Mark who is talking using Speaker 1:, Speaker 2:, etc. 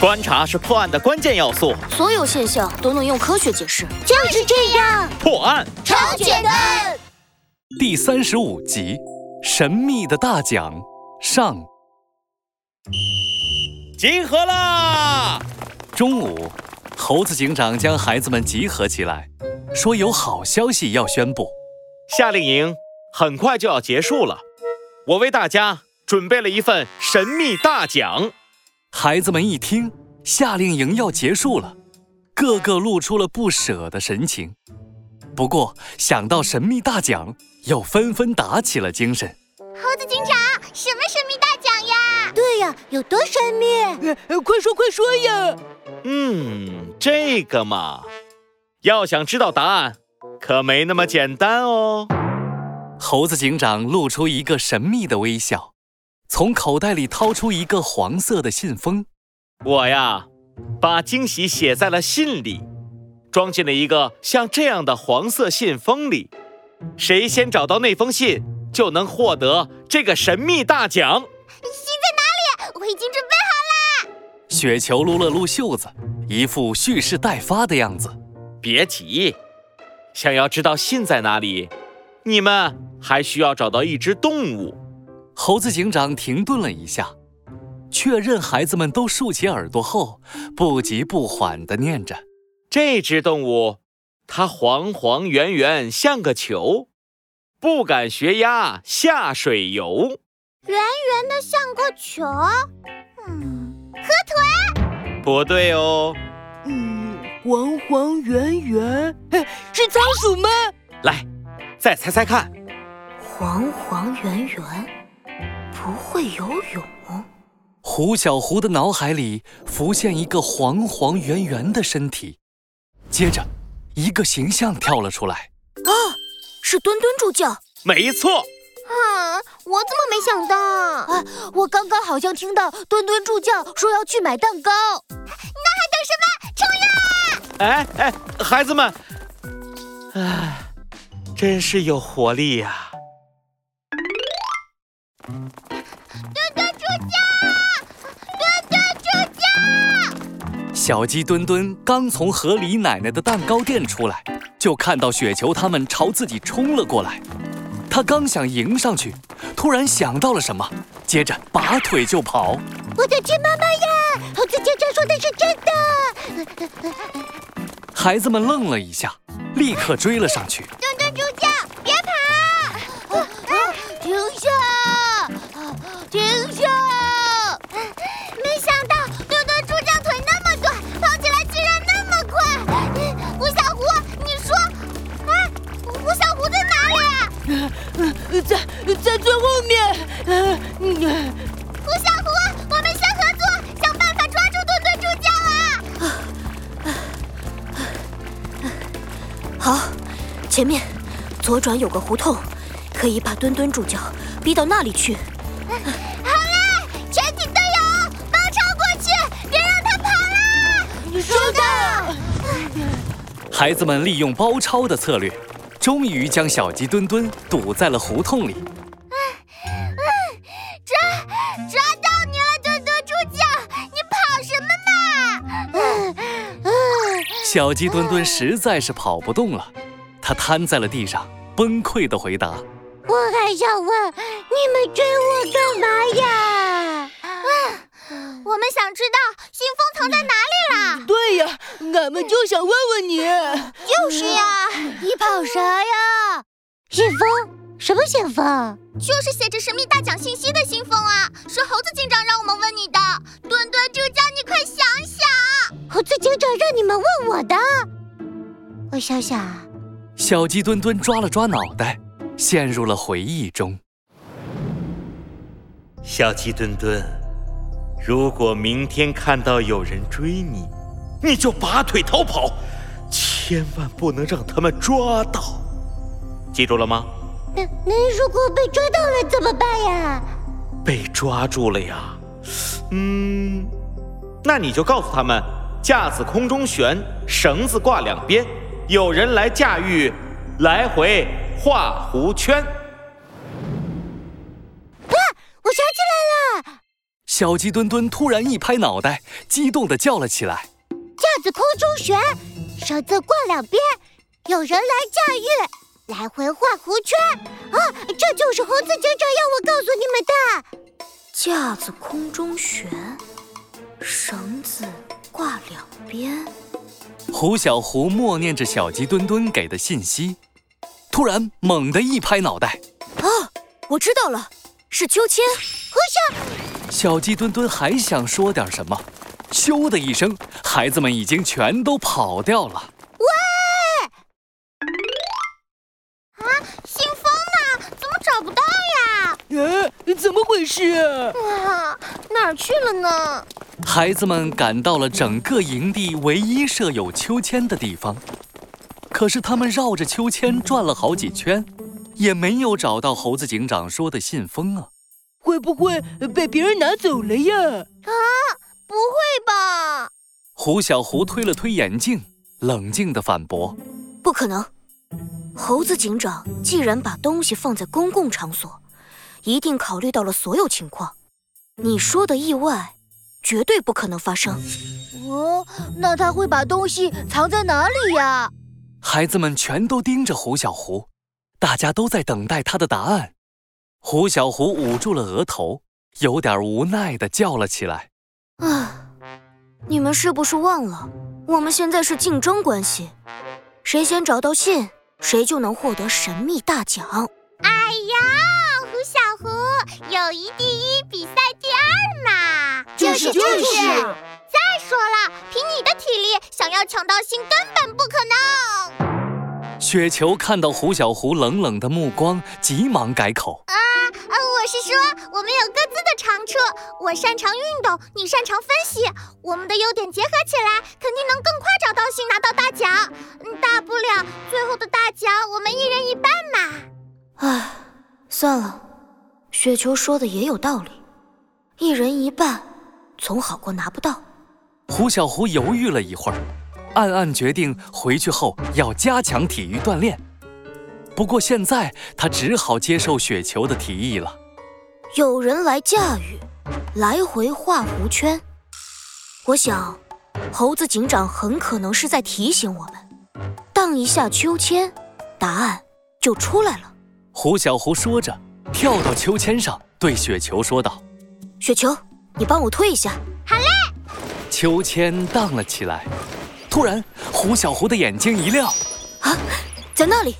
Speaker 1: 观察是破案的关键要素，
Speaker 2: 所有现象都能用科学解释，
Speaker 3: 就是这样，
Speaker 1: 破案
Speaker 3: 超简单。
Speaker 4: 第三十五集《神秘的大奖》上。
Speaker 1: 集合啦！
Speaker 4: 中午，猴子警长将孩子们集合起来，说有好消息要宣布。
Speaker 1: 夏令营很快就要结束了，我为大家准备了一份神秘大奖。
Speaker 4: 孩子们一听夏令营要结束了，个个露出了不舍的神情。不过想到神秘大奖，又纷纷打起了精神。
Speaker 3: 猴子警长，什么神秘大奖呀？
Speaker 2: 对呀，有多神秘？
Speaker 5: 呃呃，快说快说呀！
Speaker 1: 嗯，这个嘛，要想知道答案，可没那么简单哦。
Speaker 4: 猴子警长露出一个神秘的微笑，从口袋里掏出一个黄色的信封。
Speaker 1: 我呀，把惊喜写在了信里，装进了一个像这样的黄色信封里。谁先找到那封信，就能获得这个神秘大奖。
Speaker 3: 心在哪里？我已经准备好了。
Speaker 4: 雪球撸了撸袖子，一副蓄势待发的样子。
Speaker 1: 别急，想要知道信在哪里，你们还需要找到一只动物。
Speaker 4: 猴子警长停顿了一下，确认孩子们都竖起耳朵后，不急不缓地念着。
Speaker 1: 这只动物，它黄黄圆圆，像个球，不敢学鸭下水游。
Speaker 3: 圆圆的像个球，嗯，
Speaker 1: 不对哦，
Speaker 5: 嗯，黄黄圆圆，哎，是仓鼠吗？
Speaker 1: 来，再猜猜看。
Speaker 2: 黄黄圆圆，不会游泳，
Speaker 4: 胡小胡的脑海里浮现一个黄黄圆圆的身体，接着，一个形象跳了出来。
Speaker 2: 是墩墩助教。
Speaker 1: 没错，
Speaker 3: 啊，我怎么没想到？
Speaker 2: 啊，我刚刚好像听到墩墩助教说要去买蛋糕。
Speaker 1: 哎哎，孩子们，哎，真是有活力呀、
Speaker 4: 小鸡墩墩刚从河狸奶奶的蛋糕店出来，就看到雪球他们朝自己冲了过来。他刚想迎上去，突然想到了什么，接着拔腿就跑。
Speaker 2: 我的天妈妈呀！猴子警长说的是真的。
Speaker 4: 孩子们愣了一下，立刻追了上去。
Speaker 3: 墩墩助教，别跑！
Speaker 2: 停下！停下！
Speaker 3: 没想到墩墩助教腿那么短，跑起来居然那么快。吴小胡，你说，哎，吴小胡在哪里啊？
Speaker 5: 呃在在最后面。呃嗯呃
Speaker 3: 吴小胡，我们先合作，想办法抓住墩墩助教啊！
Speaker 2: 好，前面左转有个胡同，可以把墩墩助教逼到那里去。
Speaker 3: 好嘞，全体队友，包抄过去，别让他跑啦！收到。
Speaker 4: 孩子们利用包抄的策略，终于将小鸡墩墩堵在了胡同里。
Speaker 3: 抓到你了，墩墩助教，你跑什么嘛？
Speaker 2: 嗯
Speaker 4: 小鸡墩墩实在是跑不动了，它瘫在了地上，崩溃地回答
Speaker 2: 我还想问，你们追我干嘛呀？
Speaker 3: 嗯我们想知道信封藏在哪里了。
Speaker 5: 对呀，俺们就想问问你，
Speaker 3: 就是呀，
Speaker 2: 你跑啥呀？信封？什么信封？
Speaker 3: 就是写着神秘大奖信息的信封啊，是猴子警长让我们问你的。墩墩助教，你快想想。
Speaker 2: 猴子警长让你们问我的。我想想啊，：“
Speaker 4: 小鸡墩墩抓了抓脑袋，陷入了回忆中。
Speaker 1: 小鸡墩墩，如果明天看到有人追你，你就拔腿逃跑，千万不能让他们抓到，记住了吗？
Speaker 2: 那那如果被抓到了怎么办呀？
Speaker 1: 被抓住了呀。嗯，那你就告诉他们，架子空中悬，绳子挂两边，有人来驾驭，来回画弧圈。
Speaker 2: 我想起来了，”
Speaker 4: 小鸡墩墩突然一拍脑袋，激动地叫了起来。
Speaker 3: 架子空中旋，绳子过两边，有人来驾驭，来回画弧圈。啊，这就是猴子警长要我告诉你们的。
Speaker 2: 架子空中悬，绳子挂两边。
Speaker 4: 胡小胡默念着小鸡墩墩给的信息，突然猛地一拍脑袋，
Speaker 2: 啊，我知道了，是秋千。
Speaker 4: 小鸡墩墩还想说点什么，咻的一声，孩子们已经全都跑掉了。
Speaker 3: 信封呢？啊怎么找不到呀？
Speaker 5: 哎，怎么回事啊？
Speaker 3: 哇，哪儿去了呢？
Speaker 4: 孩子们赶到了整个营地唯一设有秋千的地方，可是他们绕着秋千转了好几圈，也没有找到猴子警长说的信封啊。
Speaker 5: 会不会被别人拿走了呀？
Speaker 3: 不会吧？
Speaker 4: 胡小胡推了推眼镜，冷静地反驳
Speaker 2: 不可能！猴子警长既然把东西放在公共场所，一定考虑到了所有情况。你说的意外，绝对不可能发生。
Speaker 3: 哦，那他会把东西藏在哪里呀？：“
Speaker 4: 孩子们全都盯着胡小胡，大家都在等待他的答案。”胡小胡捂住了额头，有点无奈地叫了起来。
Speaker 2: 啊，你们是不是忘了，我们现在是竞争关系，谁先找到信，谁就能获得神秘大奖。
Speaker 3: 哎呀，胡小胡，友谊第一，比赛第二嘛。
Speaker 5: 就是就是
Speaker 3: 再说了，凭你的体力，想要抢到信根本不可能。
Speaker 4: 雪球看到胡小胡冷冷的目光，急忙改口。
Speaker 3: 呃，我是说，我们有各自的长处，我擅长运动，你擅长分析，我们的优点结合起来，肯定能更快找到信，拿到大奖。嗯，大不了最后的大奖我们一人一半嘛。
Speaker 2: 唉，算了，雪球说的也有道理，一人一半，总好过拿不到。
Speaker 4: 胡小胡犹豫了一会儿，暗暗决定回去后要加强体育锻炼。不过现在他只好接受雪球的提议了。
Speaker 2: 有人来驾驭，来回画弧圈。我想，猴子警长很可能是在提醒我们，荡一下秋千，答案就出来了。
Speaker 4: 胡小胡说着，跳到秋千上，对雪球说道
Speaker 2: 雪球，你帮我推一下。：“
Speaker 4: 秋千荡了起来。”突然，胡小胡的眼睛一亮，
Speaker 2: 在那里，